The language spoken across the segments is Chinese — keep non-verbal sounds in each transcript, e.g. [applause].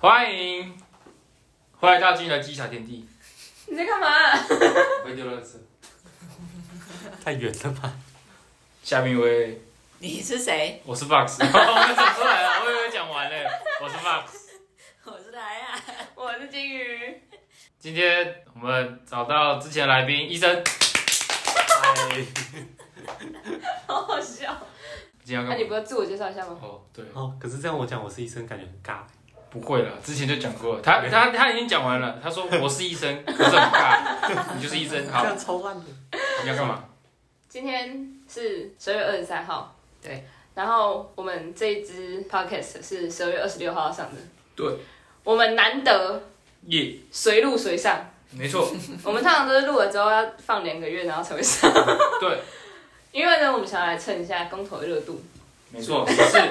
欢迎欢迎大家进来机场天地，你在干嘛？我会丢垃圾。太远了吧？ [laughs] 下面一位，你是谁？我是 Box，我 [laughs] 们讲出来了，我以为讲完嘞。我是 Box，我是莱雅，我是金鱼。今天我们找到之前的来宾医生，好好笑。今天要那、干你不嘛？要自我介绍一下吗？哦，对，哦，可是这样我讲我是医生，感觉很尬。不会了，之前就讲过了，他他他已经讲完了，他说我是医生，可是很尬，你就是医生，好这，样超烂的。你要干嘛？今天是十二月二十三号，对。然后我们这一支 podcast 是十二月二十六号上的，对。我们难得耶、随录 [laughs] 随上，没错，我们通常都是录了之后要放两个月，然后才会上。对， [laughs] 因为呢，我们想要来蹭一下公投的热度。没错，不是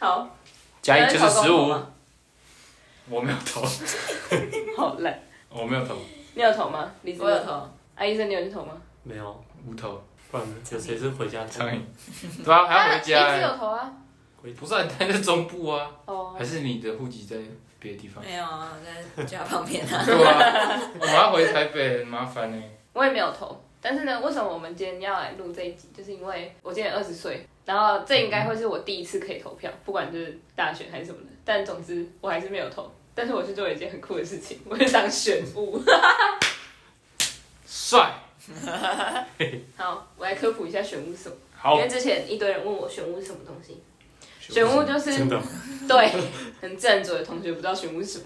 好，甲乙就是有人投十公投五，吗我没有投，好烂。我没有投，你有投吗？李子我有。投，啊，医生，你有去投吗？没有，无投，不然有谁是回家的苍蝇，对啊，还要回家、啊一直欸。有投啊。不是、啊，你待在中部 [laughs] 啊，哦。还是你的户籍在别的地方？没有啊，我在家旁边 [laughs] 啊。对啊，我们要回台北很麻烦欸呢、我也没有投，但是呢，为什么我们今天要来录这一集？就是因为我今年二十岁，然后这应该会是我第一次可以投票，不管就是大选还是什么的。但总之我还是没有投，但是我去做了一件很酷的事情，我去当选 [laughs] 务。帅，好，我来科普一下选务是什么，好因，为之前一堆人问我选务是什么东西，选务就是真的， [laughs] 对，很自然组的同学不知道选务是什么。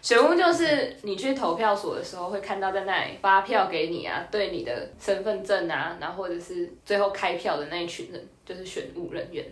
选务就是你去投票所的时候会看到在那里发票给你啊，对你的身份证啊，然后或者是最后开票的那一群人，就是选务人员。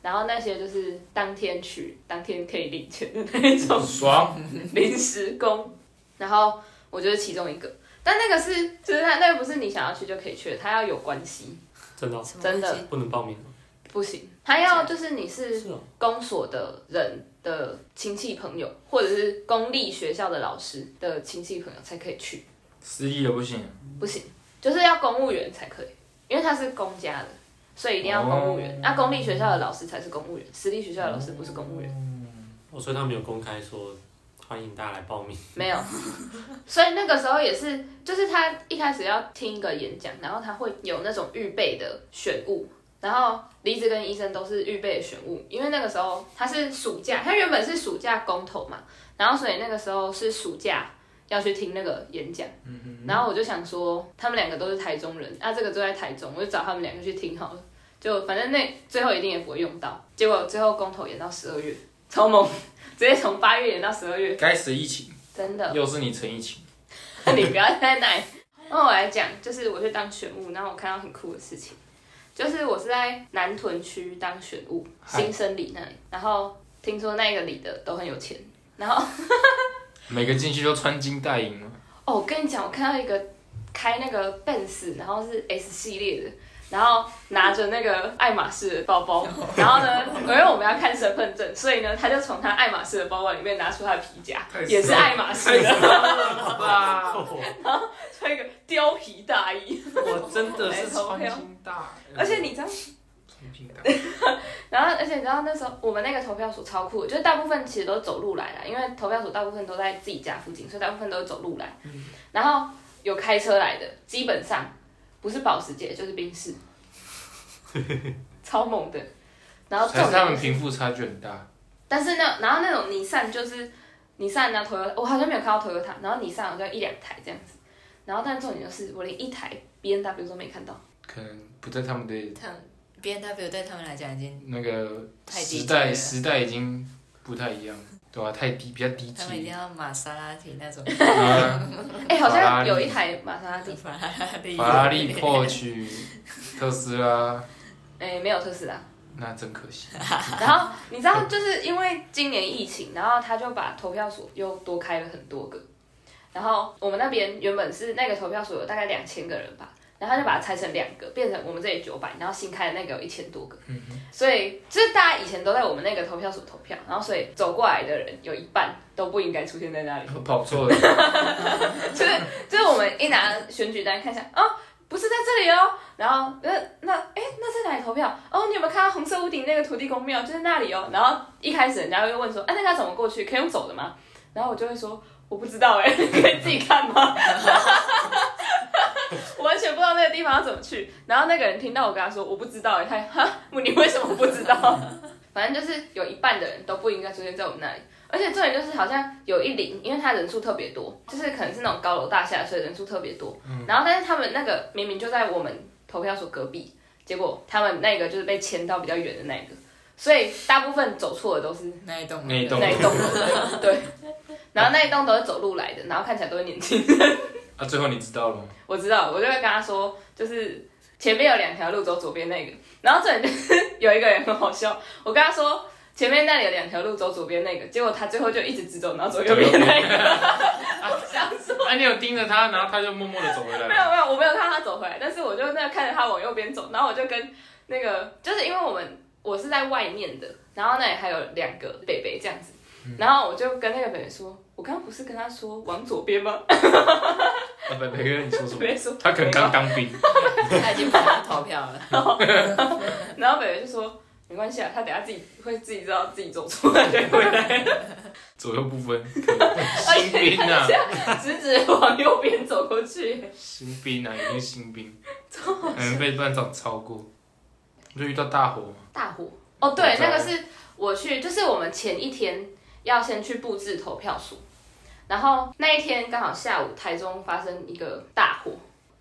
然后那些就是当天去，当天可以领钱的那一种爽，临时工。然后我就是其中一个，但那个是就是他那个不是你想要去就可以去的，他要有关系，真的哦什么真的东西不能报名哦。不行，他要就是你是是哦，公所的人的亲戚朋友，或者是公立学校的老师的亲戚朋友才可以去，私立的不行，不行，就是要公务员才可以，因为他是公家的，所以一定要公务员。那、公立学校的老师才是公务员，私立学校的老师不是公务员，我所以他们有公开说欢迎大家来报名。没有。所以那个时候也是，就是他一开始要听一个演讲，然后他会有那种预备的选物。然后离职跟医生都是预备的选物，因为那个时候他是暑假，他原本是暑假公投嘛，然后所以那个时候是暑假要去听那个演讲，然后我就想说他们两个都是台中人，啊这个就在台中，我就找他们两个去听好了，就反正那最后一定也不会用到，结果最后公投延到十二月，超猛，直接从八月延到十二月，该死疫情，真的。又是你陈疫情， [laughs] 你不要在那里。那我来讲，就是我去当选务，然后我看到很酷的事情，就是我是在南屯区当选务，嗨新生里那里，然后听说那个里的都很有钱，然后每个进去都穿金戴银吗？哦，我跟你讲，我看到一个开那个 Benz，然后是 S 系列的，然后拿着那个爱马仕的 [laughs] 包包，然后呢，因为我们要看身份证，所以呢，他就从他爱马仕的包包里面拿出他的皮夹太，也是帅了爱马仕的，哇，哦穿一个貂皮大衣， [laughs] 我真的是穿金戴， [laughs] 而且你知道。穿金戴，然后，而且你知道那时候我们那个投票所超酷的，就是大部分其实都走路来的，因为投票所大部分都在自己家附近，所以大部分都是走路来。然后有开车来的，基本上不是保时捷就是宾士，超猛的。然后重才是他点们是贫富差距很大，但是呢，然后那种尼桑就是尼桑呢，Toyota，我好像没有看到 Toyota，然后尼桑好像一两台这样子。然后，但重点就是我连一台 B N W 都没看到，可能不在他们的他 B N W 对他们来讲已经，那个太低时阶代了时代已经不太一样，对吧、太低，比较低他们一定级。要玛莎拉蒂那种，啊哎、好法拉像利有一台玛莎拉蒂，法拉利，法拉利、Porsche、特 [laughs] 斯拉，哎、没有特斯拉。那真可惜。然后你知道，就是因为今年疫情，然后他就把投票所又多开了很多个。然后我们那边原本是那个投票所有大概两千个人吧，然后他就把它拆成两个，变成我们这里九百，然后新开的那个有一千多个。所以就是大家以前都在我们那个投票所投票，然后所以走过来的人有一半都不应该出现哎在那里。跑错了， [laughs] 就是就是我们一拿选举单看一下，哦，不是在这里哦。然后那那哎那在哪里投票？哦，你有没有看到红色屋顶那个土地公庙？就是那里哦。然后一开始人家会问说，哎、那个要怎么过去？可以用走的吗？然后我就会说我不知道哎、 [laughs] 可以自己看吗？ [laughs] 我完全不知道那个地方要怎么去。然后那个人听到我跟他说我不知道哎、他哈你为什么不知道？ [laughs] 反正就是有一半的人都不应该出现在我们那里。而且重点就是，好像有一零，因为他人数特别多，就是可能是那种高楼大厦，所以人数特别多。然后，但是他们那个明明就在我们投票所隔壁，结果他们那个就是被迁到比较远的那一个，所以大部分走错的都是 [laughs] 那一栋，那一栋那一栋楼的，对。然后那一栋都是走路来的，然后看起来都是年轻人。啊，最后你知道了吗？我知道，我就会跟他说，就是前面有两条路，走左边那个。然后这里就是有一个人很好笑，我跟他说前面那里有两条路，走左边那个。结果他最后就一直只走，然后走右边那个。我想说，啊，你有盯着他，然后他就默默的走回来没了。有没有，我没有看到他走回来，但是我就那看着他往右边走，然后我就跟那个，就是因为我们我是在外面的，然后那里还有两个北北这样子，然后我就跟那个北北说，我刚刚不是跟他说往左边吗？啊，北北哥，你说什么北？北说他可能刚当兵，他已经跑去投票 [laughs] 了。然后北北就说没关系啊，他等下自己会自己知道自己走出来再回来，左右不分，新兵啊， [laughs] 直直往右边走过去。新兵啊，一定是新兵，可能被班长超过，就遇到大火嘛，大火哦，对，那个是我去，就是我们前一天要先去布置投票所，然后那一天刚好下午台中发生一个大火，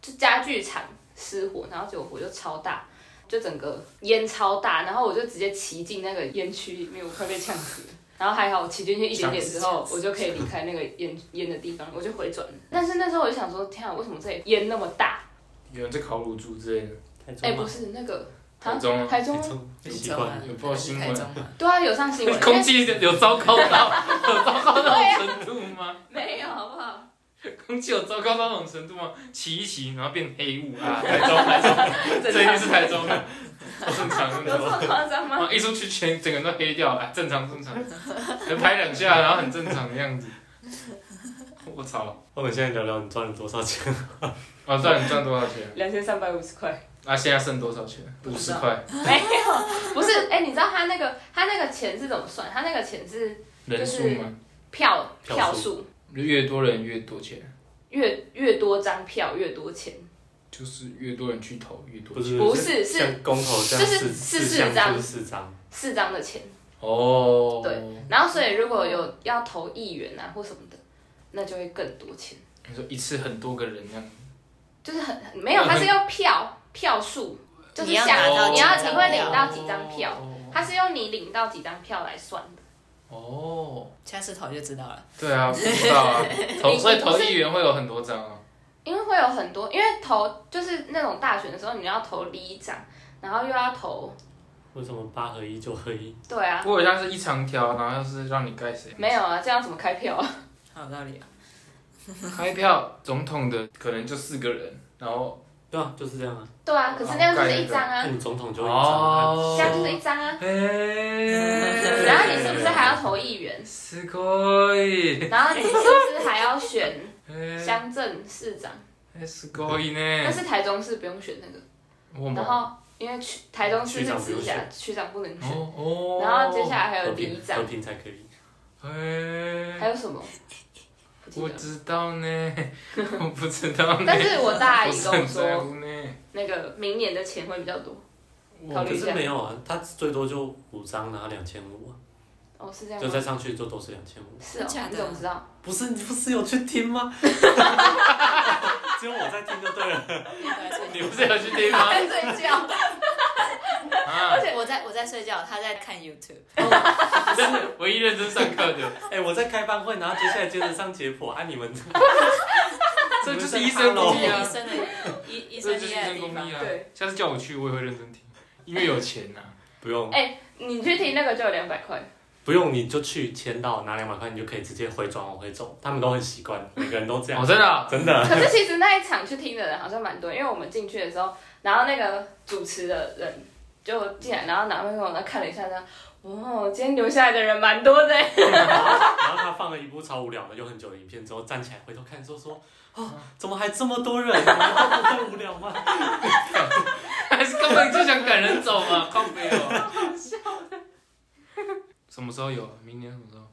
就家具厂失火，然后结果火就超大。就整个烟超大，然后我就直接骑进那个烟区里面，我快被呛死了。然后还好我骑进去一点点之后 [laughs] 呛，死我就可以离开那个烟烟的地方，我就回转了。但是那时候我就想说，天啊，为什么这里烟那么大？有人在烤乳猪之类的，太哎、重不了，是那个台中啊台中太重，不习习台中惯啊有报新闻台中啊，对啊，有上新闻，因为空气有糟糕 [laughs] 到有糟糕到那种程度吗？没有，好不好？空气有糟糕到那种程度吗？骑一骑，然后变黑雾 [laughs] 啊！台中，台中， [laughs] 这一 [laughs] 定是台中的，好正常，正有这常。 [laughs] 么夸张吗？啊，一出去全整个人都黑掉了，哎正常正 [laughs] 常，还拍两下，然后很正常的样子。我操！我们现在聊聊你赚了多少钱？啊，到底赚多少钱？两千三百五十块，啊，现在剩多少钱？五十块，没有，不是，哎、你知道他那个他那个钱是怎么算？他那个钱是人数吗？票票票数数，越多人越多钱，越越多张票越多钱，就是越多人去投越多不 [laughs] 钱。是不是是像公投这样就是四四四项张就是四张，四张的钱。哦，对然后所以如果有要投议员啊或什么的，那就会更多钱，你说一次很多个人这样，就是很很没有，嗯他是用票票数，就是你要想拿到你要几你张会票领到几张票，哦他是用你领到几张票来算的。哦，下次投就知道了。对啊，不知道 [laughs] 啊，投你所以你不投是议员会有很多张啊。因为会有很多，因为投就是那种大选的时候，你要投里长，然后又要投，为什么八合一九合一？对啊，我以为他是一长条，然后要是让你盖谁？没有啊，这样怎么开票啊？好有道理啊，开票总统的可能就四个人，然后对啊，就是这样啊。对啊，可是那样就是一张啊那，你总统就一张啊，哦这样就是一张啊。哎然后你是不是还要投议员？すごい。然后你是不是还要选哎乡镇市长？哎すごいね。但是台中市不用选那个，我然吗？后因为区台中市是直辖，区长不能选。哦哦。然后接下来还有和里平和长，平才可以。还哎，有什么？不记我得。知道呢，我不知道呢。但是我大我姨是跟我很在说，乎呢。那个明年的钱会比较多。考我虑可一下是没有啊，他最多就五张，然后两千五啊，哦，是这样就吗？再上去就都是两千五。是哦，假的你怎么知道？不是你不是有去听吗？只有我在听就对了。你不是要去听吗？在 [laughs] 睡觉，啊，我在我在睡觉，他在看 YouTube。真的唯一认真上课的，哎、我在开班会，然后接下来接着上解剖，啊你们这就是医生功力医啊，生的医医这生就是医厉害的生地功力方。啊对。下次叫我去，我也会认真听，因为有钱呐。不用哎、你去听那个就有两百块，不用，你就去签到拿两百块，你就可以直接回转往回走，他们都很习惯，每个人都这样，哦，真的啊。 [laughs] 真的。可是其实那一场去听的人好像蛮多，因为我们进去的时候，然后那个主持的人就进来，然后拿麦克风然后看了一下，他哦，今天留下来的人蛮多的，然后他放了一部超无聊的又很久的影片之后，站起来回头看之后说：“哦，怎么还这么多人？你们都不会无聊吗还是根本就想赶人走 [laughs] 嘛，靠背哦。好笑的。什么时候有？明年什么时候？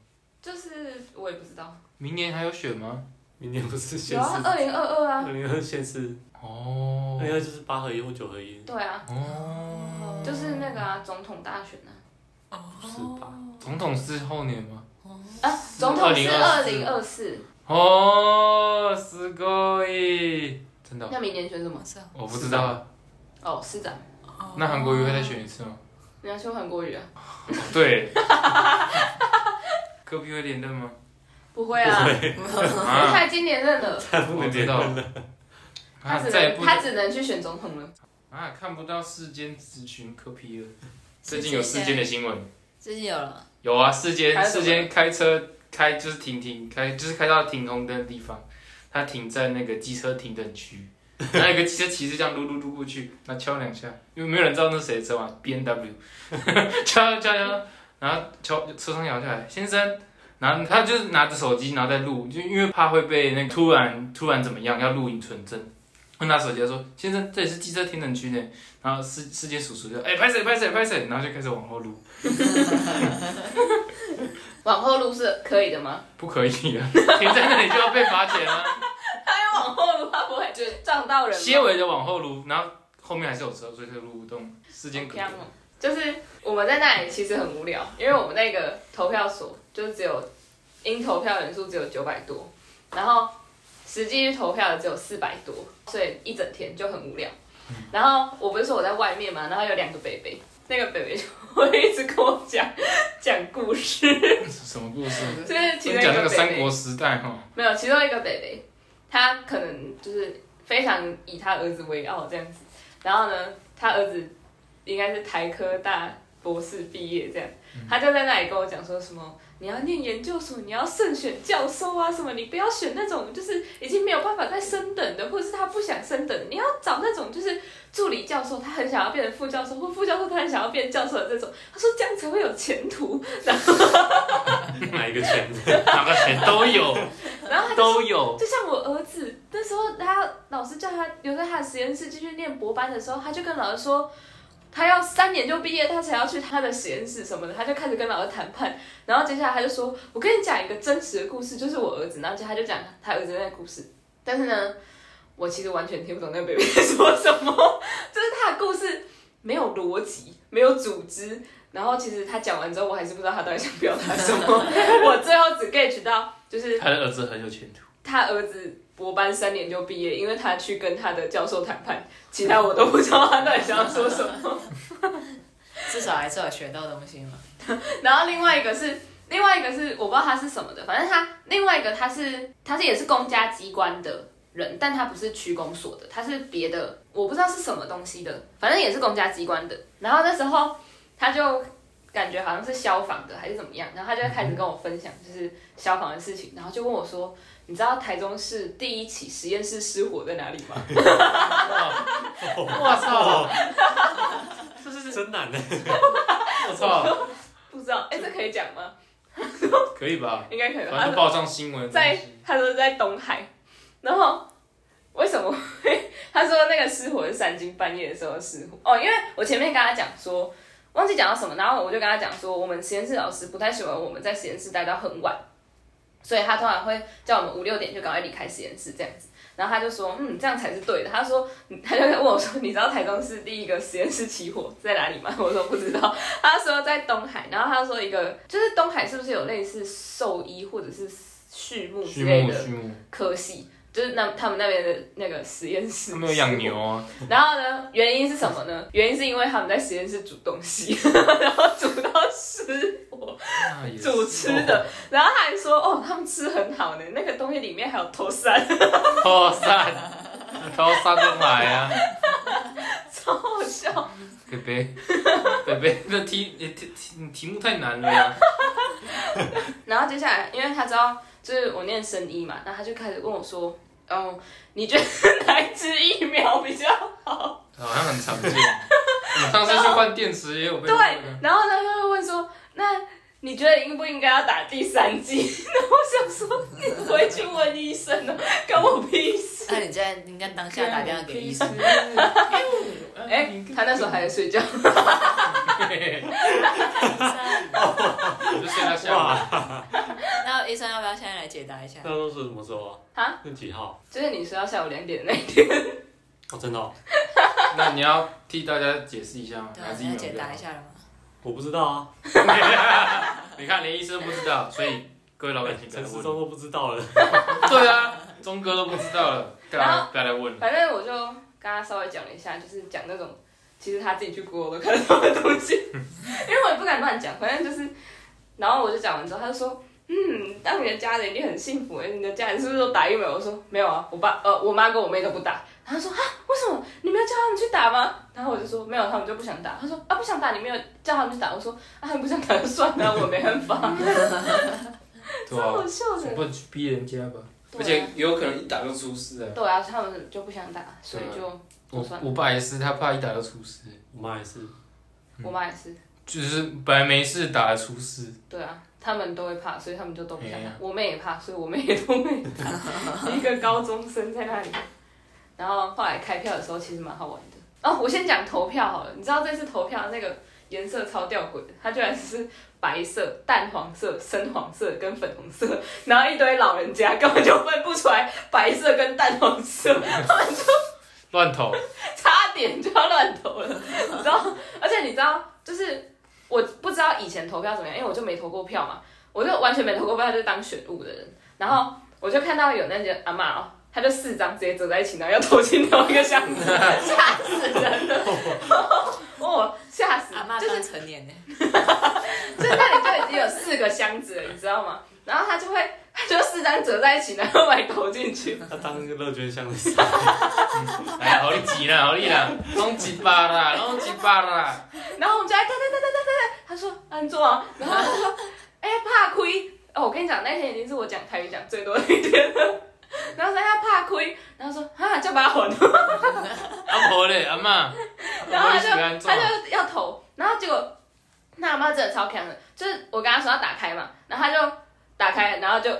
就是我也不知道，明年还有选吗？？”明年不是有先啊，是二零二二啊，二零二先是哦二零二就是八合一或九合一，对啊，哦，就是那个啊，总统大选啊，是 [laughs] 吧？总统是后年吗？啊，总统是二零2024二四，哦，すごい，真的哦、那明年选什么？是啊，我不知道啊。哦，市长，那韩国瑜会再选一次吗？你要修韩国语啊？对。 [laughs] 科比会连任 [laughs] 吗？不会啊，因为啊， [laughs] 他今年认了，我知道。他啊，只再也能不他只能去选总统了。啊，看不到世间咨询科比了。最是近有世间的新闻。最近有了，有啊，世间还有什世么间开车开就是停停开就是开到停红灯的地方，他停在那个机车停等 [laughs] 区，然后有个机车骑士这样撸撸撸过去，那敲两下，因为没有人知道那是谁的车嘛，B N W，敲敲敲，然后敲车窗摇下来，先生。然后他就是拿着手机，然后在录，就因为怕会被那个突然突然怎么样，要录影存证。问他手机他说：“先生，这里是机车停等区呢。”然后司司机叔叔就：“哎、拍谁拍谁拍谁！”然后就开始往后录。往后录是可以的吗？不可以啊，停在那里就要被罚钱啊。他要哎往后录，他 [laughs] 不会就撞到人吗。些微的往后撸，然后后面还是有车，所以就撸不动。时间好隔香哦就是我们在那里其实很无聊，因为我们那个投票所就只有因投票人数只有九百多，然后实际去投票的只有四百多，所以一整天就很无聊。然后我不是说我在外面嘛，然后有两个北北，那个北北就会一直跟我讲讲故事， [laughs] 什么故事？就是其你中一讲那个个北三北国时代哈，没有，其中一个北北，他可能就是非常以他儿子为傲这样子。然后呢，他儿子应该是台科大博士毕业这样，他就在那里跟我讲说什么。你要念研究所，你要慎选教授啊，什么你不要选那种就是已经没有办法再升等的，或者是他不想升等，你要找那种就是助理教授，他很想要变成副教授，或副教授他很想要变教授的这种。他说这样才会有前途。然后， [laughs] 哪一个圈子？哪个钱都有，然后他就都有。就像我儿子那时候他，老师叫他留在他的实验室继续念博班的时候，他就跟老师说，他要三年就毕业，他才要去他的实验室什么的，他就开始跟老师谈判。然后接下来他就说：“我跟你讲一个真实的故事，就是我儿子。”然后接下来他就讲他儿子那个故事，但是呢，我其实完全听不懂那个 baby 在说什么， [laughs] 就是他的故事没有逻辑，没有组织。然后其实他讲完之后，我还是不知道他到底想表达什么。 [laughs] 我最后只 get 到就是他的儿子很有前途，他儿子博班三年就毕业，因为他去跟他的教授谈判，其他我都不知道他到底想要说什么。 [laughs] 至少还是有学到东西嘛。然后另外一个是，另外一个是我不知道他是什么的，反正他另外一个他是他是也是公家机关的人，但他不是区公所的，他是别的，我不知道是什么东西的，反正也是公家机关的。然后那时候他就感觉好像是消防的还是怎么样，然后他就开始跟我分享就是消防的事情，然后就问我说，你知道台中市第一起实验室失火在哪里吗？我操！这是真难呢。我操，不知道，哎、这可以讲吗？可以吧？应该可以吧。反他正说报上新闻。在他说在东海，然后为什么会？ [laughs] 他说那个失火是三更半夜的时候失火哦，因为我前面跟他讲说忘记讲到什么，然后我就跟他讲说，我们实验室老师不太喜欢我们在实验室待到很晚，所以他通常会叫我们五六点就赶快离开实验室这样子。然后他就说，嗯，这样才是对的。他说，嗯他就问我说，你知道台中市第一个实验室起火在哪里吗？ [laughs] 我说不知道。他说在东海，然后他说一个就是东海是不是有类似兽医或者是畜牧之畜类牧的畜牧，科系，就是那他们那边的那个实验室他没有养。牛啊，然后呢，原因是什么呢？原因是因为他们在实验室煮东西， [laughs] 然后煮到湿，那也是煮吃啊的。 [laughs] 然后他还说哦，他们吃很好呢，那个东西里面还有头山，哦，散，高三都来啊， [laughs] 超好笑。贝贝，贝贝，这题题题题目太难了呀。然后接下来，因为他知道就是我念生医嘛，然后他就开始问我说，嗯，你觉得哪一支疫苗比较好？好像很常见。我上次去换电池也有被 [laughs] 那对个，然后呢，他会问说：“那你觉得应不应该要打第三剂？” [laughs] 然后我想说你回去问医生哦，跟我屁事。 [laughs] 那你现在应该当下打电话给医生。 [laughs] 生。 [laughs] 哎、哎他那时候还在睡觉，就睡到下午， [laughs] 那医生要不要现在来解答一下那？都是什么时候啊？啊？那几号？ [laughs] 就是你睡到下午两点那一天。哦，真的、哦，那你要替大家解释一下吗？对啊还，是你你要们解答一？下了吗？我不知道啊，你看连医生都不知道，所以各位老百姓不要陈来 [laughs] 时中问。都不知道了。对啊，钟哥都不知道了，不要然来不要来问了。反正我就跟他嗯稍微讲了一下，就是讲那种其实他自己去 Google 都看得到的东西，因为我也不敢乱讲。反正就是，然后我就讲完之后，他就说：“嗯，当你的家人一定很幸福诶、哎你的家人是不是都打疫苗？”我说：“没有啊，我爸呃，我妈跟我妹都不打。”然后他说：“啊，为什么你没有叫他们去打吗？”然后我就说：“没有，他们就不想打。”他说：“啊，不想打，你没有叫他们去打。”我说：“啊，他们不想打就算了，我没办法。对超啊，好笑总的。不能去逼人家吧？而对啊且有可能一打就出事啊。对啊，他们就不想打，所以就我就算了。我爸也是，他怕一打就出事，我妈也是，我妈也是。就是本来没事打了出事，对啊，他们都会怕，所以他们就都不想哎打呀。我妹也怕，所以我妹也都没打。一个高中生在那里，然后后来开票的时候其实蛮好玩的。哦，我先讲投票好了，你知道这次投票那个颜色超吊诡的，它居然是白色、淡黄色、深黄色跟粉红色，然后一堆老人家根本就分不出来白色跟淡黄色，乱 [laughs] 投。差点就要乱投了，你知道？而且你知道，就是我不知道以前投票怎么样，因为我就没投过票嘛，我就完全没投过票，就当选务的人。然后我就看到有那些阿嬷哦，她就四张直接折在一起，然后要投进同一个箱子，吓死人了！哦，吓死！阿妈就是刚成 [laughs] 年呢，就是那里就已经有四个箱子了，你知道吗？然后她就会，她就四张折在一起，然后把你投进去。她当那个乐捐箱的时哎，好你急啦，好你啦，拢一巴啦，拢一巴啦。然后我们就来哒哒哒哒哒哒哒，他说安坐啊，然后他说哎、怕亏哦，我跟你讲那天已经是我讲台语讲最多的一天了，然后说他怕亏，然后说啊叫把还，阿婆嘞，阿妈，然后阿他嬷喜欢就做他就要投，然后结果那阿妈真的超强的，就是我跟他说要打开嘛，然后他就打开，然后就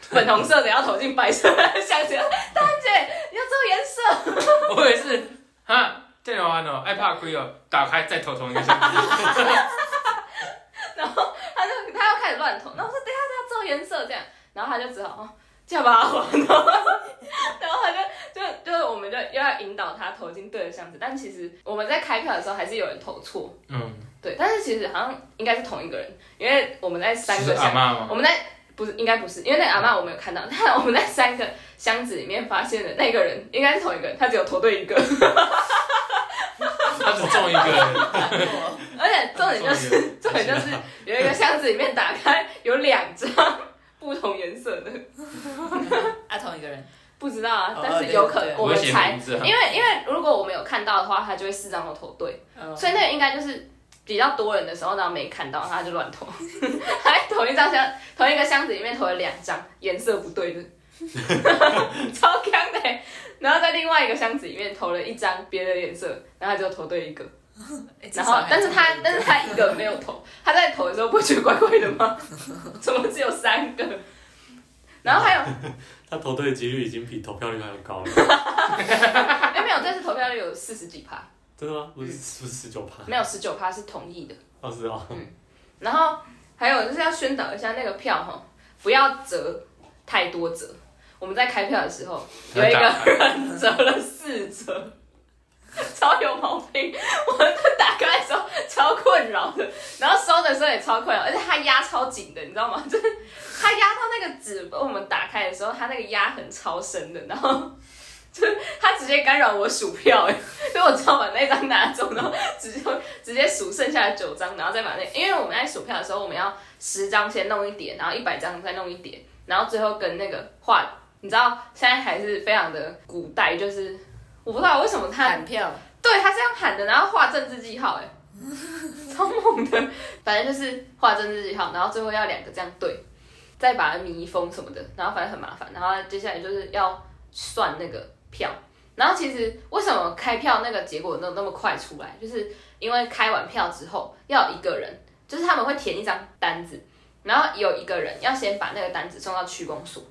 粉红色的要投进白色的 [laughs] 箱子，大姐你要做颜色， [laughs] 我也是，哈，这样玩哦，爱怕亏哦，打开再投同一个箱子。然后他就他又开始乱投，然后我说等一下他照颜色这样，然后他就只好哦这样吧，我 [laughs] 然后然后他就就就是我们就又要引导他投进对的箱子，但其实我们在开票的时候还是有人投错，嗯，对，但是其实好像应该是同一个人，因为我们在三是个阿箱，妈吗？我们在不是应该不是，因为那个阿嬷我没有看到，但我们在三个箱子里面发现的那个人应该是同一个人，他只有投 [laughs] 对一个，他只中一个，而且重点就是是重点就是有一个箱子里面打开有两张不同颜色的，啊，同一个人，不知道啊哦，但是有可对能对我我们会写猜名，字啊因。为因为如果我们有看到的话，他就会四张都投对，哦所以那个应该就是比较多人的时候，然后没看到，他就乱投， [laughs] 还同一张箱同一个箱子里面投了两张颜色不对的，超强的欸、然后在另外一个箱子里面投了一张别的颜色，然后他就投对一个，以然后但是他但是他一个没有投，他在投的时候不会觉得怪怪的吗？怎么只有三个？然后还有候，她投对的几率已经比投票率还要高了。哎、没有，这次投票率有四十几趴，真的吗？不是，不是十九趴，没有十九趴是同意的。二十哦，然后还有就是要宣导一下那个票哈，不要折太多折。我们在开票的时候，有一个人 [laughs] 折了四折，超有毛病。我在打开的时候超困扰的，然后收的时候也超困扰，而且它压超紧的，你知道吗？就是它压到那个纸，我们打开的时候，它那个压痕超深的，然后。就是它直接干扰我数票哎，所以我只好把那张拿走，然后直接直接数剩下的九张，然后再把那，因为我们在数票的时候，我们要十张先弄一叠，然后一百张再弄一叠，然后最后跟那个画，你知道现在还是非常的古代，就是我不知道为什么它喊票，对，他是用喊的，然后画政治记号，哎，超猛的。反正就是画政治记号，然后最后要两个这样对，再把它密封什么的，然后反正很麻烦。然后接下来就是要算那个票。然后其实为什么开票那个结果那那么快出来，就是因为开完票之后要有一个人，就是他们会填一张单子，然后有一个人要先把那个单子送到区公所，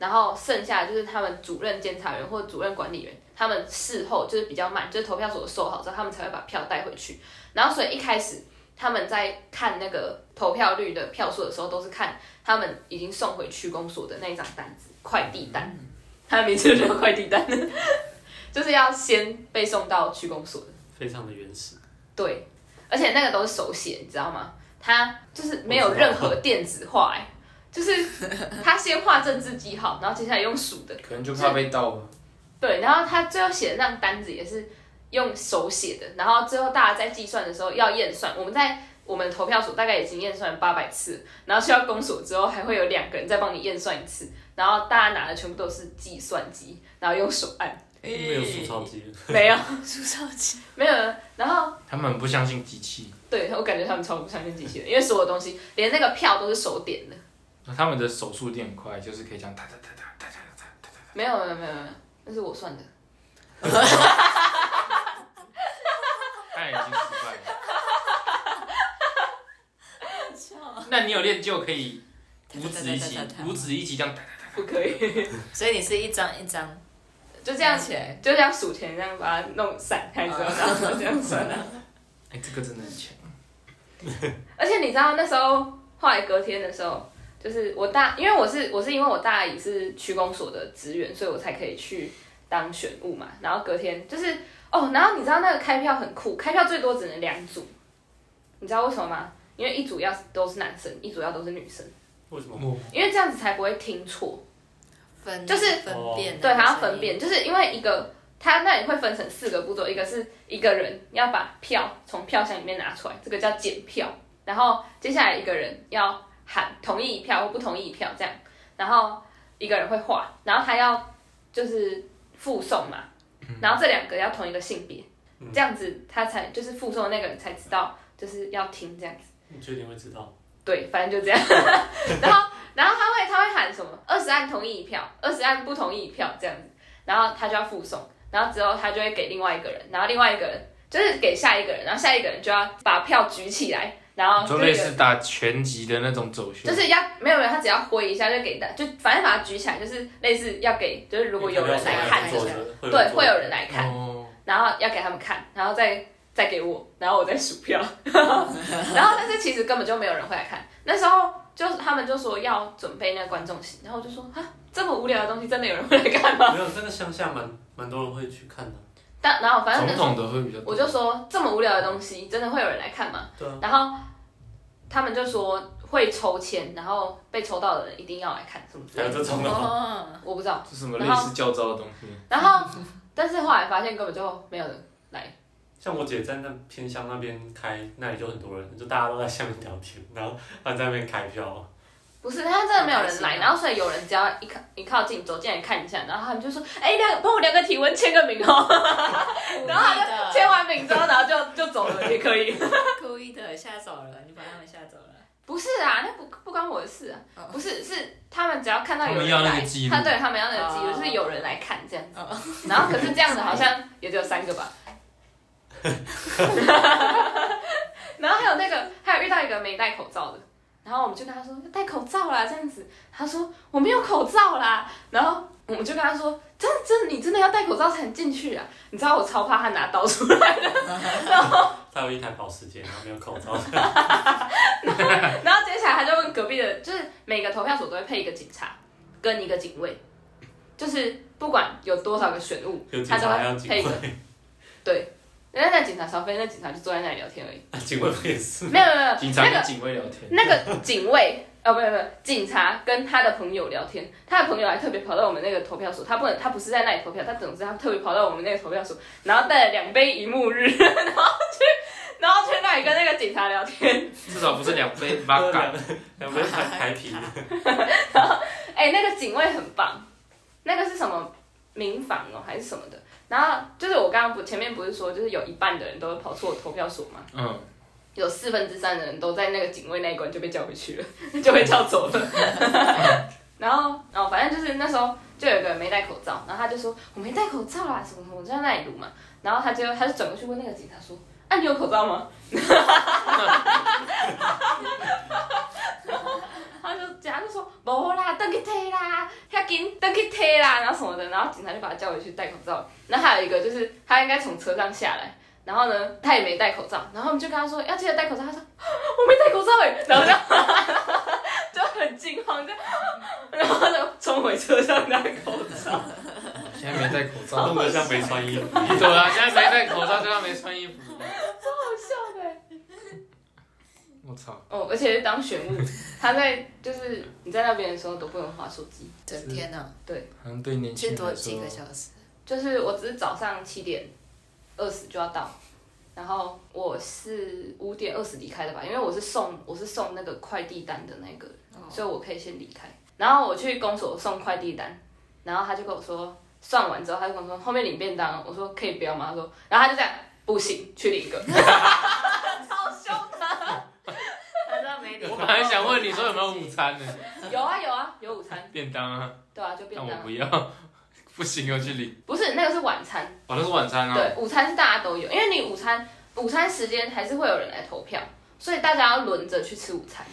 然后剩下就是他们主任监察员或主任管理员，他们事后就是比较慢，就是投票所收好之后，他们才会把票带回去。然后所以一开始他们在看那个投票率的票数的时候，都是看他们已经送回区公所的那一张单子，快递单，他的名字就叫快递单，就是要先被送到区公所的。非常的原始，对，而且那个都是手写，你知道吗？他就是没有任何电子化、哎，就是他先画政治记号，然后接下来用数的，可能就怕被盗了。对，然后他最后写的那张单子也是用手写的，然后最后大家在计算的时候要验算，我们在。我们投票所大概已经验算八百次，然后去到公所之后，还会有两个人再帮你验算一次，然后大家拿的全部都是计算机，然后用手按，没有数钞机，没有 [laughs] 数钞机，没有，然后他们很不相信机器，对我感觉他们超不相信机器人，因为所有东西连那个票都是手点的，那他们的手速一定很快，就是可以这样哒哒哒哒哒哒哒哒哒。没有没有没有没有，那是我算的。他已经失败了。笑。那你有练就可以五指一起，五指一起这样哒哒哒哒。不可以， [laughs] 所以你是一张一张就这样拿，起来，啊就这样数钱，这样把它弄散开之后，然后这样算的。哎、这个真的很强。而且你知道那时候，后来隔天的时候，就是我大，因为我是我是因为我大姨是区公所的职员，所以我才可以去当选务嘛。然后隔天就是哦，然后你知道那个开票很酷，开票最多只能两组，你知道为什么吗？因为一组要都是男生，一组要都是女生，为什么？我因为这样子才不会听错。分就是分辨，对，还要分，辨，就是因为一个它那里会分成四个步骤，一个是一个人要把票从票箱里面拿出来，这个叫检票，然后接下来一个人要喊同意一票或不同意一票这样，然后一个人会画，然后他要就是附送嘛，然后这两个要同一个性别，这样子他才就是附送的那个人才知道就是要听这样。你确定会知道？对，反正就这样。 [laughs] 然后，然后他会他会喊什么？二十按同意一票，二十按不同意一票这样子。然后他就要附送，然后之后他就会给另外一个人，然后另外一个人就是给下一个人，然后下一个人就要把票举起来，然后就这个类似打拳击的那种走旋，就是要没有人，他只要挥一下就给的，就反正把它举起来，就是类似要给，就是如果有人来看就这是样，对对，会有人来看，哦，然后要给他们看，然后再再给我，然后我再数票， [laughs] 然后但是其实根本就没有人会来看。那时候就是他们就说要准备那个观众席，然后我就说啊，这么无聊的东西真的有人会来看吗？ [laughs] 没有，那个乡下蛮蛮多人会去看的。但然后反正那传时统候的会比较多。我就说这么无聊的东西真的会有人来看吗？对啊，然后他们就说会抽签，然后被抽到的人一定要来看什么之还类有的，这种的吗，哦，我不知道。这什么类似教招的东西？然后但是后来发现根本就没有人来，像我姐在那偏乡那边开，那里就很多人，就大家都在下面聊天，然后她在那边开票，不是，他真的没有人好开来，心哦然后所以有人只要一靠一靠近走进来看一下，然后他们就说：“哎、两个帮我量个体温，签个名哦。 [laughs] 然后他就签完名之后，然后就就走了也可以。故意的吓走了，你把他们吓走了。不是啊，那不不关我的事啊，哦不是是他们只要看到有他人们要那来个记，录他对他们要那个记录，哦就是有人来看这样子哦。 [laughs] 然后可是这样子好像也只有三个吧。 [laughs] 然后还有那个，还有遇到一个没戴口罩的，然后我们就跟他说要戴口罩啦，这样子。他说我没有口罩啦，然后我们就跟他说，真的真的你真的要戴口罩才能进去啊！你知道我超怕他拿刀出来，她有一台保时捷，然后没有口罩， [laughs] [laughs] 然后接下来他就问隔壁的，就是每个投票所都会配一个警察跟一个警卫，就是不管有多少个选务有，警他都察还有会警配一个。卫，对，那那警察少飞，那警察就坐在那里聊天而已，警卫不 [laughs] 也是？没有没有没有，警察呃那个跟警卫聊天，那个警卫，哦，不不不，警察跟他的朋友聊天，他的朋友还特别跑到我们那个投票所，他不能，他不是在那里投票，他总之他特别跑到我们那个投票所，然后带了两杯一幕日， [laughs] 然后去，然后去那里跟那个警察聊天，至少不是两杯 v 两 o d [laughs] 两边台台啤，哎、那个警卫很棒，那个是什么民房哦，还是什么的，然后就是我刚刚不前面不是说，就是有一半的人都跑错投票所嘛，嗯，有四分之三的人都在那个警卫那一关就被叫回去了， [laughs] 就被叫走了。 [laughs] 然后，哦，反正就是那时候就有一个人没戴口罩，然后他就说我没戴口罩啦，什么什么，我就在那里撸嘛。然后他就他就转过去问那个警察说：“ [laughs] 啊，你有口罩吗？”他就他就说无啦，等去退啦，遐紧等去退啦，然后什么的，然后警察就把他叫回去戴口罩。然后还有一个就是他应该从车上下来，然后呢他也没戴口罩，然后我们就跟他说要记得戴口罩，他说啊我没戴口罩哎、然后就就 [laughs] 很惊慌，就然后就冲回车上戴口罩。现在没戴口罩，弄得像没穿衣服。 [laughs] 对啊，现在没戴口罩就像没穿衣服。好笑的。欸我操，哦，而且是当选物，他在就是你在那边的时候都不能划手机。整天呢、好像对年轻去人多来几说个，小时，就是我只是早上七点二十就要到，然后我是五点二十离开的吧，因为我是送我是送那个快递单的那个人，哦所以我可以先离开。然后我去公所送快递单，然后他就跟我说算完之后，他就跟我说后面领便当哦，我说可以不要吗？他说，然后他就这样不行，去领一个。 [laughs] 超凶的，他知道没理。我本来想问你说有没有午餐呢？ [laughs] 有啊有啊有午餐，便当啊，对啊就便但当我啊，不要，不行，我去领。不是那个是晚餐。哦，那是晚餐啊。对，午餐是大家都有，因为你午餐午餐时间还是会有人来投票，所以大家要轮着去吃午餐，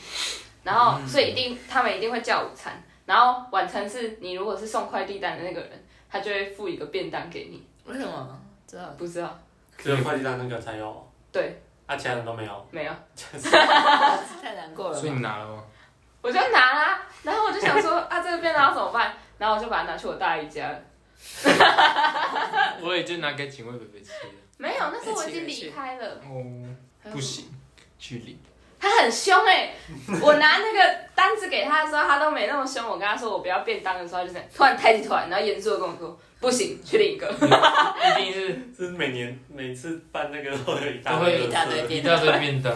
然后所以一定他们一定会叫午餐，然后晚餐是你如果是送快递单的那个人，他就会付一个便当给你，为什么？知道不知道只有快递单那个才有，对啊，其他人都没有。没有，太难过了所以。你拿了吗？我就拿啦、然后我就想说 [laughs] 啊这个便当要怎么办，然后我就把它拿去我大姨家了，我也就拿给警卫伯伯吃了。没有，那时候我已经一起离开了，哦，不行，去领。他很凶哎、我拿那个单子给他的时候，他都没那么凶。我跟他说我不要便当的时候，他就这样突然抬起头来，然后严肃的跟我说：“不行，去领一个。一定是这是每年每次办那个都有一大大堆堆垃圾一大堆一大堆便当，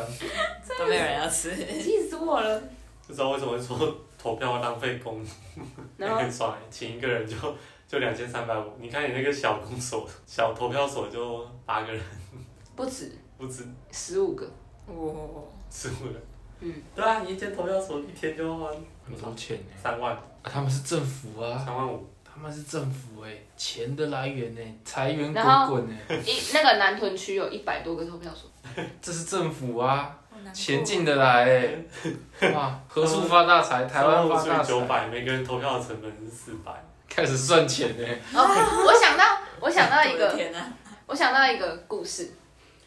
都没有人要吃，”气死我了。不知道为什么会说投票浪费工，然后很爽欸，请一个人就就两千三百五。你看你那个小公所、小投票所就八个人，不止不止十五个，我十五人。嗯，对啊，你一间投票所一天就花很多钱呢。三万、啊他们是政府啊，三万五，他们是政府哎，钱的来源哎，财源滚然后滚哎，一那个南屯区有一百多个投票所，这是政府啊，好难过钱进得 [laughs] 来哎，哇，何处发大嗯财？台湾发大九财，百，每个人投票的成本是四百。开始算钱呢。我想到，我想到一我的个，天啊哪、我想到一个故事，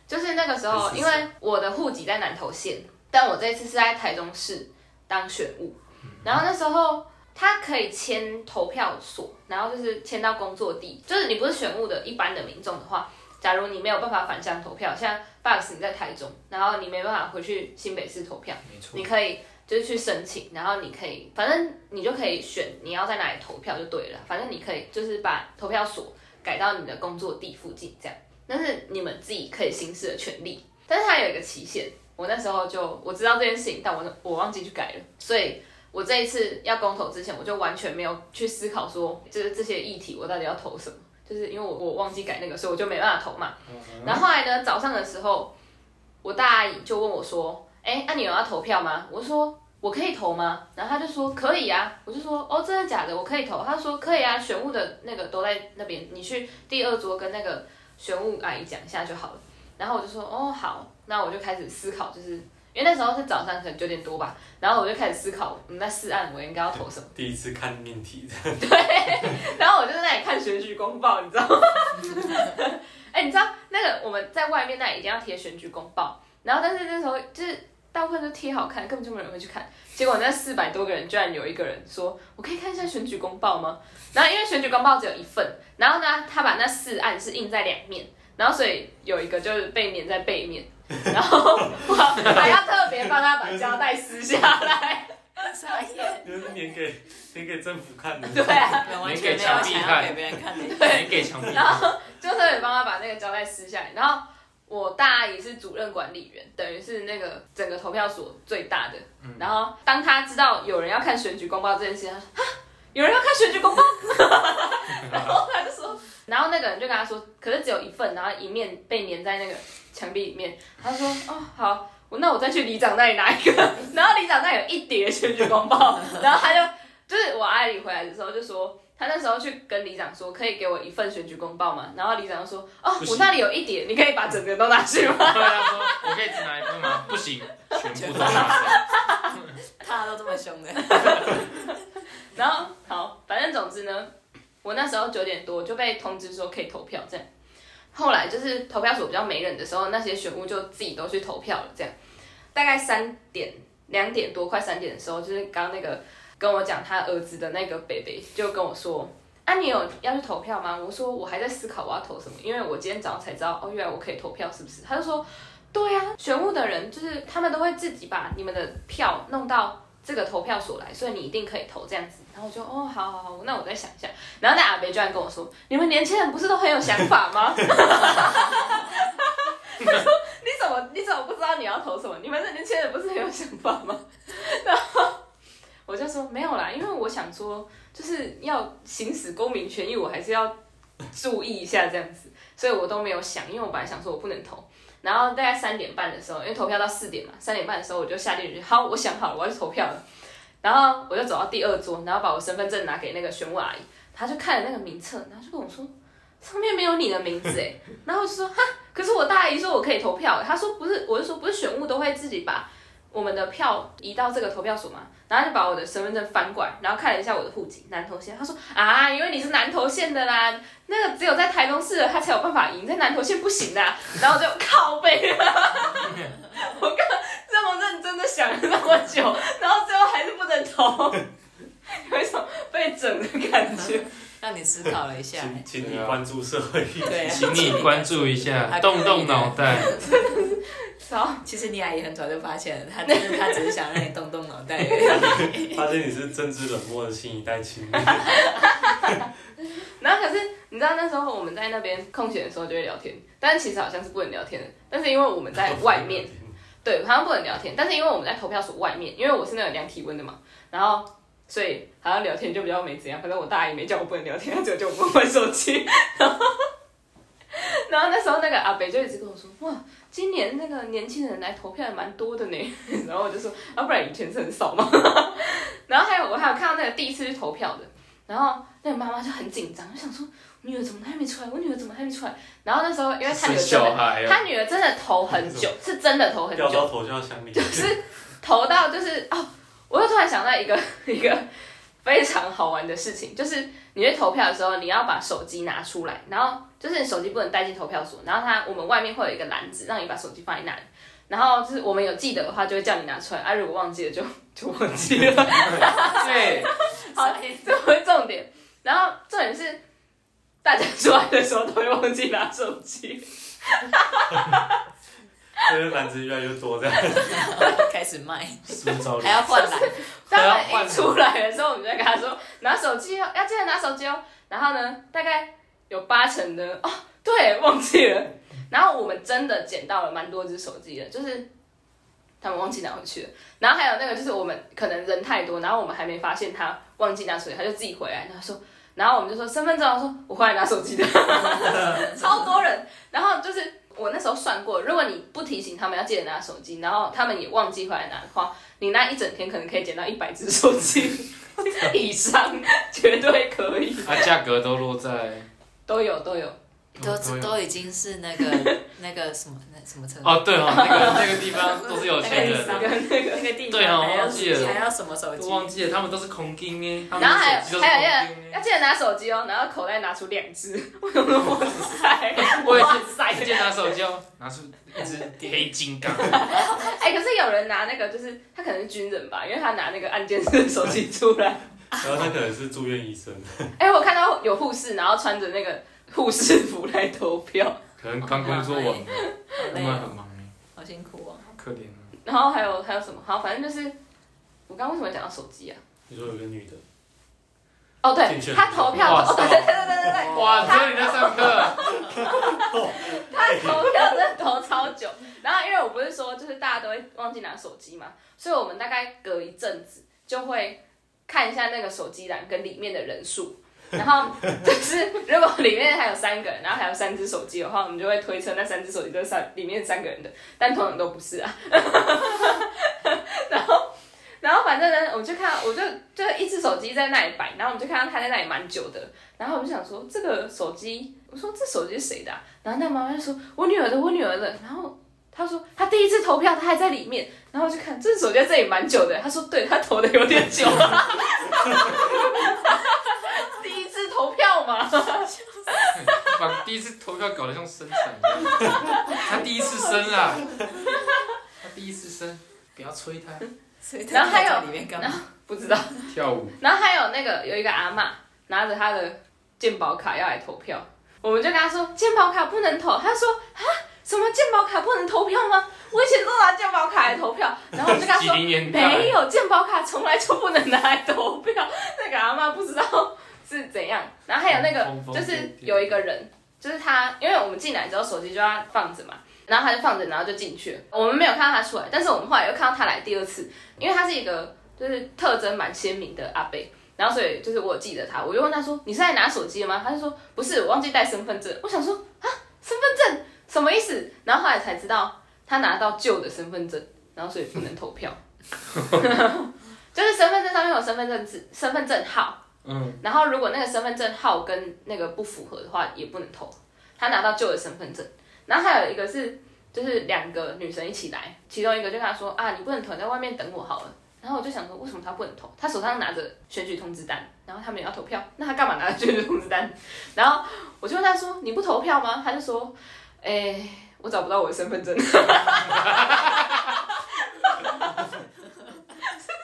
就是那个时候，是是因为我的户籍在南投县，但我这次是在台中市当选务，嗯然后那时候他可以签投票所，然后就是签到工作地，就是你不是选务的一般的民众的话，假如你没有办法返乡投票，像 Box 你在台中，然后你没办法回去新北市投票。没错你，可以就是去申请，然后你可以，反正你就可以选你要在哪里投票就对了。反正你可以就是把投票所改到你的工作地附近这样，但是你们自己可以行使的权利，但是它有一个期限。我那时候就我知道这件事情，但我我忘记去改了，所以我这一次要公投之前，我就完全没有去思考说，就是这些议题我到底要投什么，就是因为我我忘记改那个，所以我就没办法投嘛。然后后来呢，早上的时候，我大阿姨就问我说：“哎，那、你有要投票吗？”我说：“我可以投吗？”然后她就说：“可以啊。”我就说：“哦，真的假的？我可以投。”她说：“可以啊，选务的那个都在那边，你去第二桌跟那个选务阿姨讲一下就好了。”然后我就说：“哦，好。”那我就开始思考，就是因为那时候是早上，可能九点多吧。然后我就开始思考，嗯，那四案我应该要投什么。第一次看命题的， [laughs] 然后我就在那里看选举公报，你知道吗？ [laughs] 哎、你知道那个我们在外面那里一定要贴选举公报，然后但是那时候就是大部分都贴好看，根本就没有人会去看。结果那四百多个人，居然有一个人说：“我可以看一下选举公报吗？”然后因为选举公报只有一份，然后呢，他把那四案是印在两面，然后所以有一个就是被粘在背面，然后 [laughs] 我还要特别帮他把胶带撕下来。傻眼，就是年给年给政府 [laughs] 看的。对啊完全没有想要给别人看的意思。没给墙壁。然后就特别帮他把那个胶带撕下来。然后我大阿姨是主任管理员，等于是那个整个投票所最大的。然后当他知道有人要看选举公报这件事情，他说啊，有人要看选举公报，然后他就说， [laughs] 然后那个人就跟他说，可是只有一份，然后一面被粘在那个墙壁里面。他说哦好。我那我再去里长那里拿一个， [laughs] 然后里长那里有一叠选举公报，然后他就就是我阿姨回来的时候就说，她那时候去跟里长说，可以给我一份选举公报嘛？然后里长就说，哦，不行我那里有一点，你可以把整个都拿去吗？对啊，说我可以只拿一份吗？不行，全部都拿走。大家都这么凶的，然后好，反正总之呢，我那时候九点多就被通知说可以投票，这样。后来就是投票所比较没人的时候，那些选务就自己都去投票了，这样。大概三点、两点多，快三点的时候，就是刚刚那个跟我讲他儿子的那个北北就跟我说：“啊，你有要去投票吗？”我说：“我还在思考我要投什么，因为我今天早上才知道，哦，原来我可以投票，是不是？”他就说：“对呀、啊，选务的人就是他们都会自己把你们的票弄到这个投票所来，所以你一定可以投这样子。然后我就哦，好好好，那我再想一下。然后那阿北居然跟我说：“你们年轻人不是都很有想法吗？”他说：“你怎么你怎么不知道你要投什么？你们这年轻人不是很有想法吗？”然后我就说：“没有啦，因为我想说，就是要行使公民权益，我还是要注意一下这样子，所以我都没有想，因为我本来想说我不能投。”然后大概三点半的时候，因为投票到四点嘛，三点半的时候我就下定决心，好，我想好了，我要去投票了。然后我就走到第二桌，然后把我身份证拿给那个选务阿姨，她就看了那个名册，然后就跟我说，上面没有你的名字哎。 [laughs] 然后我就说，哈，可是我大姨说我可以投票，她说不是，我就说不是选务都会自己把我们的票移到这个投票所嘛。然后她就把我的身份证翻过来，然后看了一下我的户籍南投县，她说啊，因为你是南投县的啦，那个只有在台中市的他才有办法赢，在南投县不行的啊、然后我就靠背了，我刚这么认真的想了那么久，然后最后还是不能投，有一种被整的感觉。 [laughs] 让你思考了一下。请请你关注社会议题。对，啊请你关注一下，还动可以动的脑袋。然后 [laughs] 其实你阿姨很早就发现了，她只是她只是想让你动动脑袋而已。发现你是政治冷漠的新一代 [laughs] 青年，然后可是你知道那时候我们在那边空闲的时候就会聊天，但其实好像是不能聊天的，但是因为我们 [laughs] 在哎外面。对，好像不能聊天，但是因为我们在投票所外面，因为我是那个量体温的嘛，然后所以好像聊天就比较没怎样，反正我大姨没叫我不能聊天，她只有叫我摸摸手机， [laughs] 然后然后那时候那个阿北就一直跟我说，哇，今年那个年轻人来投票还蛮多的呢， [laughs] 然后我就说，要、不然以前是很少嘛， [laughs] 然后还有我还有看到那个第一次去投票的，然后那个妈妈就很紧张，就想说。我女儿怎么还没出来？我女儿怎么还没出来？然后那时候，因为她女是儿真小的，孩她哦，女儿真的投很久，是真的投很久掉，到头就要乡里。就是投到就是哦，我又突然想到一个一个非常好玩的事情，就是你去投票的时候，你要把手机拿出来，然后就是你手机不能带进投票所，然后它我们外面会有一个篮子，让你把手机放在那里。然后就是我们有记得的话，就会叫你拿出来；啊，如果忘记了就 [laughs] 就忘记了。 [laughs] 对，好，这不是重点。然后重点是，大家出来的时候都会忘记拿手机。因为篮子越来越多，这样 [laughs] 开始卖，塑造力还。要换篮，当要然换一出来的时候，我们就跟他说拿手机哦，要记得拿手机哦。然后呢，大概有八成的哦，对，忘记了。然后我们真的捡到了蛮多只手机的，就是他们忘记拿回去了。然后还有那个就是我们可能人太多，然后我们还没发现他忘记拿手机，他就自己回来，然后说，然后我们就说身份证，哦他说我回来拿手 [laughs] 机的，超多人。然后就是我那时候算过，如果你不提醒他们要记得拿手机，然后他们也忘记回来拿的话，你那一整天可能可以捡到一百只手 [laughs] 机以上，绝对可以，啊，价格都落 [laughs] 在都有都有。都有都已经是那个那个什么那什么车，哦，对哦，那个那个地方都是有钱人那的个，那个那个地对啊方还我要忘记了还要什么手都机？忘记了，他们都是空金耶，他们然后还的有手机都是还有空欸金要耶。记得拿手机哦，然后口袋拿出两只， [laughs] 我有说哇塞，我也哇是塞，直接拿手机哦，拿出一只黑金刚，哎、可是有人拿那个，就是他可能是军人吧，因为他拿那个按键式的手机出来。然后他可能是住院医生，哎、我看到有护士，然后穿着那个护士服来投票，可能刚工作完，好他累们哦，很忙耶，好辛苦哦。可怜啊。然后还有还有什么？好，反正就是我刚刚为什么讲到手机啊？你说有个女的，哦，竞对，选他投票的时候，哇塞哦，对对对对对对，哇，只有你在上课，他投票真的投超久。然后因为我不是说就是大家都会忘记拿手机嘛，所以我们大概隔一阵子就会看一下那个手机栏跟里面的人数。然后就是，如果里面还有三个人，然后还有三只手机的话，我们就会推测那三只手机都是三里面三个人的，但通常都不是啊。然后，然后反正呢，我就看到，我就就一只手机在那里摆，然后我们就看到他在那里蛮久的，然后我们就想说这个手机，我说这手机是谁的啊、然后那妈妈就说我女儿的，我女儿的，然后。他说他第一次投票，他还在里面，然后我就看这手机在这里蛮久的。他说对，他投的有点久，第一次投票嘛，把第一次投票搞得像生产一样，他第一次生啊，他第一次生，不要催他，所以然后还有在里面干嘛？不知道。跳舞，然后还有那个有一个阿嬷拿着她的健保卡要来投票，我们就跟她说健保卡不能投，她说啊什么健保卡不能投票吗？我以前都拿健保卡来投票，然后我就跟她几说零年代没，有健保卡从来就不能拿来投票，那个阿嬷不知道是怎样。然后还有那疯个疯癫癫就是有一个人，就是他，因为我们进来之后手机就要放着嘛。然后他就放着，然后就进去了。我们没有看到他出来，但是我们后来又看到他来第二次，因为他是一个就是特征蛮鲜明的阿贝。然后所以就是我有记得他，我就问他说：“你是在拿手机吗？”他就说：“不是，我忘记带身份证。”我想说啊，身份证什么意思？然后后来才知道他拿到旧的身份证，然后所以不能投票。就是身份证上面有身份证字、身份证号，嗯，然后如果那个身份证号跟那个不符合的话，也不能投。他拿到旧的身份证，然后还有一个是就是两个女生一起来，其中一个就跟他说啊，你不能投，你在外面等我好了。然后我就想说，为什么他不能投？他手上拿着选举通知单，然后他们也要投票，那他干嘛拿着选举通知单？然后我就问他说，你不投票吗？他就说，哎、我找不到我的身份证。 [laughs] 是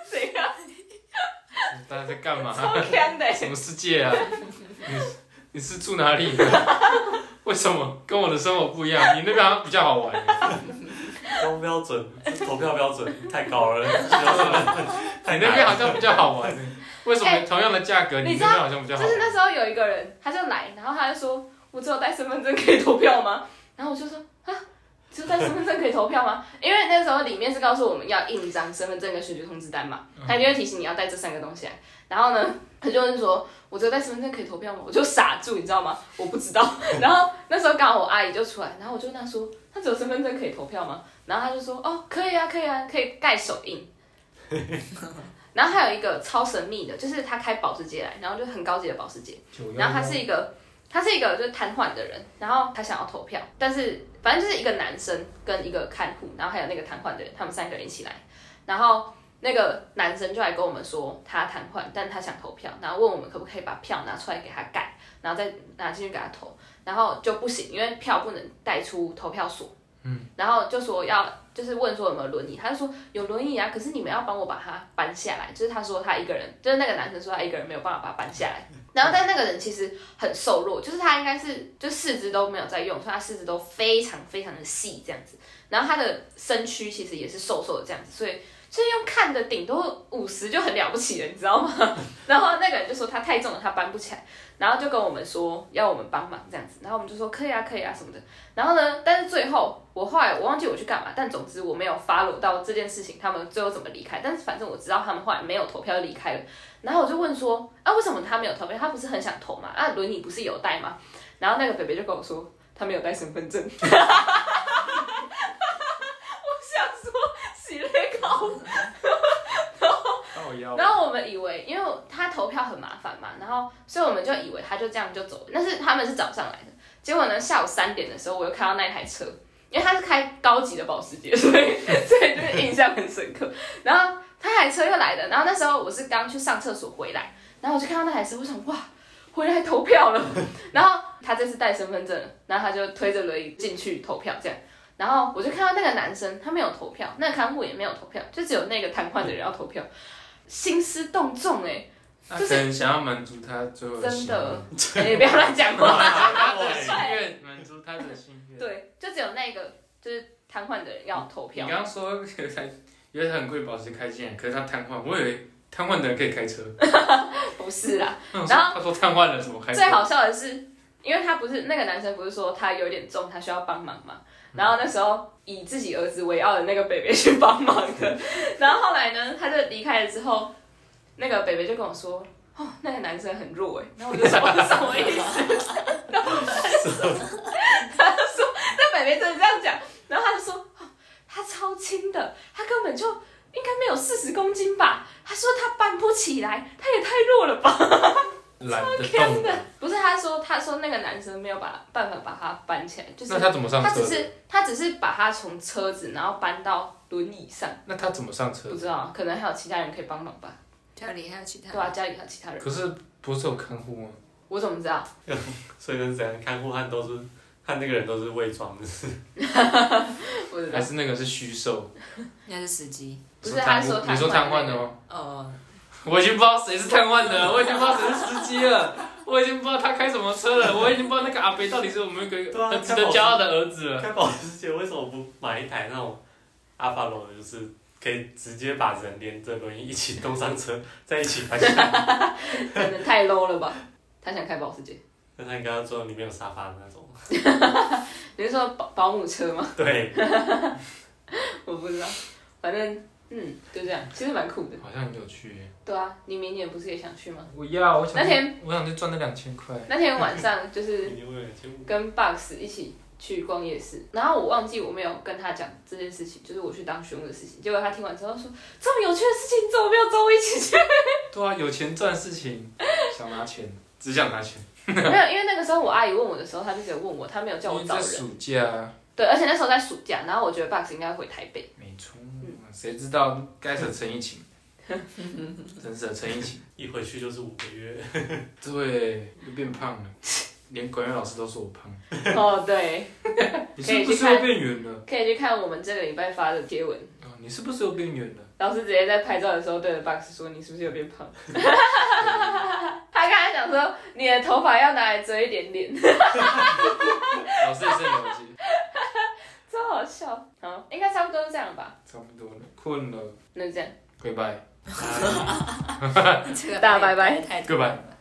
怎样？大家在干嘛？超强的、什么世界啊？你你是住哪里？为什么跟我的生活不一样？你那边好像比较好玩。你高标准，这投票标准太高了，太那难边了。好像比较好玩。为什么哎同样的价格，你那你知道边好像比较好就是玩？那时候有一个人，他就来，然后他就说：“我只有带身份证可以投票吗？”然后我就说：“啊，只有带身份证可以投票吗？”因为那时候里面是告诉我们要印一张身份证跟选举通知单嘛，他就会提醒你要带这三个东西来。然后呢，他就问说：“我只有带身份证可以投票吗？”我就傻住，你知道吗？我不知道。 [laughs] 然后那时候刚好我阿姨就出来，然后我就问她说：“她只有身份证可以投票吗？”然后她就说：“哦，可以啊，可以啊，可以盖手印。”然后还有一个超神秘的，就是他开保时捷来，然后就很高级的保时捷，然后他是一个，他是一个就是瘫痪的人，然后他想要投票，但是反正就是一个男生跟一个看护，然后还有那个瘫痪的人，他们三个人一起来，然后那个男生就来跟我们说他瘫痪，但他想投票，然后问我们可不可以把票拿出来给他盖，然后再拿进去给他投，然后就不行，因为票不能带出投票所，嗯，然后就说要就是问说有没有轮椅，他就说有轮椅啊，可是你们要帮我把它搬下来，就是他说他一个人，就是那个男生说他一个人没有办法把它搬下来。然后但那个人其实很瘦弱，就是他应该是就四肢都没有在用，所以他四肢都非常非常的细这样子。然后他的身躯其实也是瘦瘦的这样子，所以所以用看的顶多五十就很了不起了，你知道吗？ [laughs] 然后那个人就说他太重了，他搬不起来，然后就跟我们说要我们帮忙这样子，然后我们就说可以啊可以啊什么的。然后呢，但是最后我后来我忘记我去干嘛，但总之我没有 follow 到这件事情，他们最后怎么离开，但是反正我知道他们后来没有投票离开了。然后我就问说，啊，为什么他没有投票？他不是很想投嘛？啊，轮椅不是有带吗？然后那个北北就跟我说，他没有带身份证。我 [laughs] 想说，洗了搞靠腰然后我们以为，因为他投票很麻烦嘛，然后所以我们就以为他就这样就走了。但是他们是早上来的，结果呢，下午三点的时候我又看到那台车，因为他是开高级的保时捷，所以 [laughs] 所以就是印象很深刻。然后他台车又来了，然后那时候我是刚去上厕所回来，然后我就看到那台车，我想哇，回来投票了。然后他这次带身份证了，然后他就推着轮椅进去投票这样。然后我就看到那个男生，他没有投票，那个看护也没有投票，就只有那个瘫痪的人要投票，兴师动众哎、他就可是能想要满足他最后真心愿 [laughs] 的，哎你不要乱讲话。他的心愿，满足他的心愿。 [laughs] 对，就只有那个就是瘫痪的人要投你票刚。刚说有台有一台很贵的保时捷开进来，可是他瘫痪，我以为瘫痪的人可以开车。不是啦，那我说然他说瘫痪了怎么开车？最好笑的是，因为他不是那个男生，不是说他有点重，他需要帮忙嘛。然后那时候以自己儿子为傲的那个北北去帮忙 [laughs] 的。然后后来呢，他就离开了之后，那个北北就跟我说。哦，那个男生很弱哎，然后我就说什么意思？然后他就说， [laughs] 他就说，那北北真的这样讲，然后他就说，哦，他超轻的，他根本就应该没有四十公斤吧？他说他搬不起来，他也太弱了吧？懒得真动的。不是，他说他他说那个男生没有把办法把他搬起来，就是那他怎么上他车只的？是他只是把他从车子然后搬到轮椅上，那他怎么上车不？知道啊可能还有其他人可以帮忙吧， [laughs] 家里还有其他对啊，家里还有其他人，可是不是有看护吗？我怎么知道？所以是怎样看护汉都是看那个人都是伪装的，我不知道还是那个是虚瘦？那是司机不是你他说说瘫你说瘫瘫痪痪那的个吗？哦，我已经不知道谁是瘫痪的 [laughs] 了，我已经不知道谁是司机了，我已经不知道他开什么车了，我已经不知道那个阿北到底是我们一对啊个很值得骄傲的儿子了。开保时捷为什么不买一台那种阿法罗的，就是可以直接把人连着轮椅一起弄上车，在一起搬下来？可能太 low 了吧？他想开保时捷，那他应该要坐里面有沙发的那种。你是说保保姆车吗？ [laughs] 对，我不知道，反正嗯，就这样，其实蛮酷的。好像很有趣耶。对啊，你明年不是也想去吗？我要，我想那天我想去赚那两千块。那天晚上就是你为了就跟 Box 一起去逛夜市，然后我忘记我没有跟他讲这件事情，就是我去当学务的事情。结果他听完之后说：“这么有趣的事情，你怎么没有找我一起去 [laughs] 对啊，有钱赚事情，想拿钱，只想拿钱。？”没有，因为那个时候我阿姨问我的时候，她就只有问我，她没有叫因我为找在人。暑假，对，而且那时候在暑假，然后我觉得 Box 应该会回台北。没错，谁知道该是陈奕晴，真是的陈奕晴，一回去就是五个月，对，又变胖了，连管乐老师都说我胖，哦，对，你是不是又变圆了？可以去看我们这个礼拜发的贴文。啊，你是不是又变圆了？老师直接在拍照的时候对着 Box 说：“你是不是有变胖？” [laughs] 他刚才讲说：“你的头发要拿来遮一点点。”老师也是很了解，超好笑。好，应该差不多是这样吧。差不多了，困了那就这样。啊，goodbye，goodbye。这个大拜拜太拜拜了。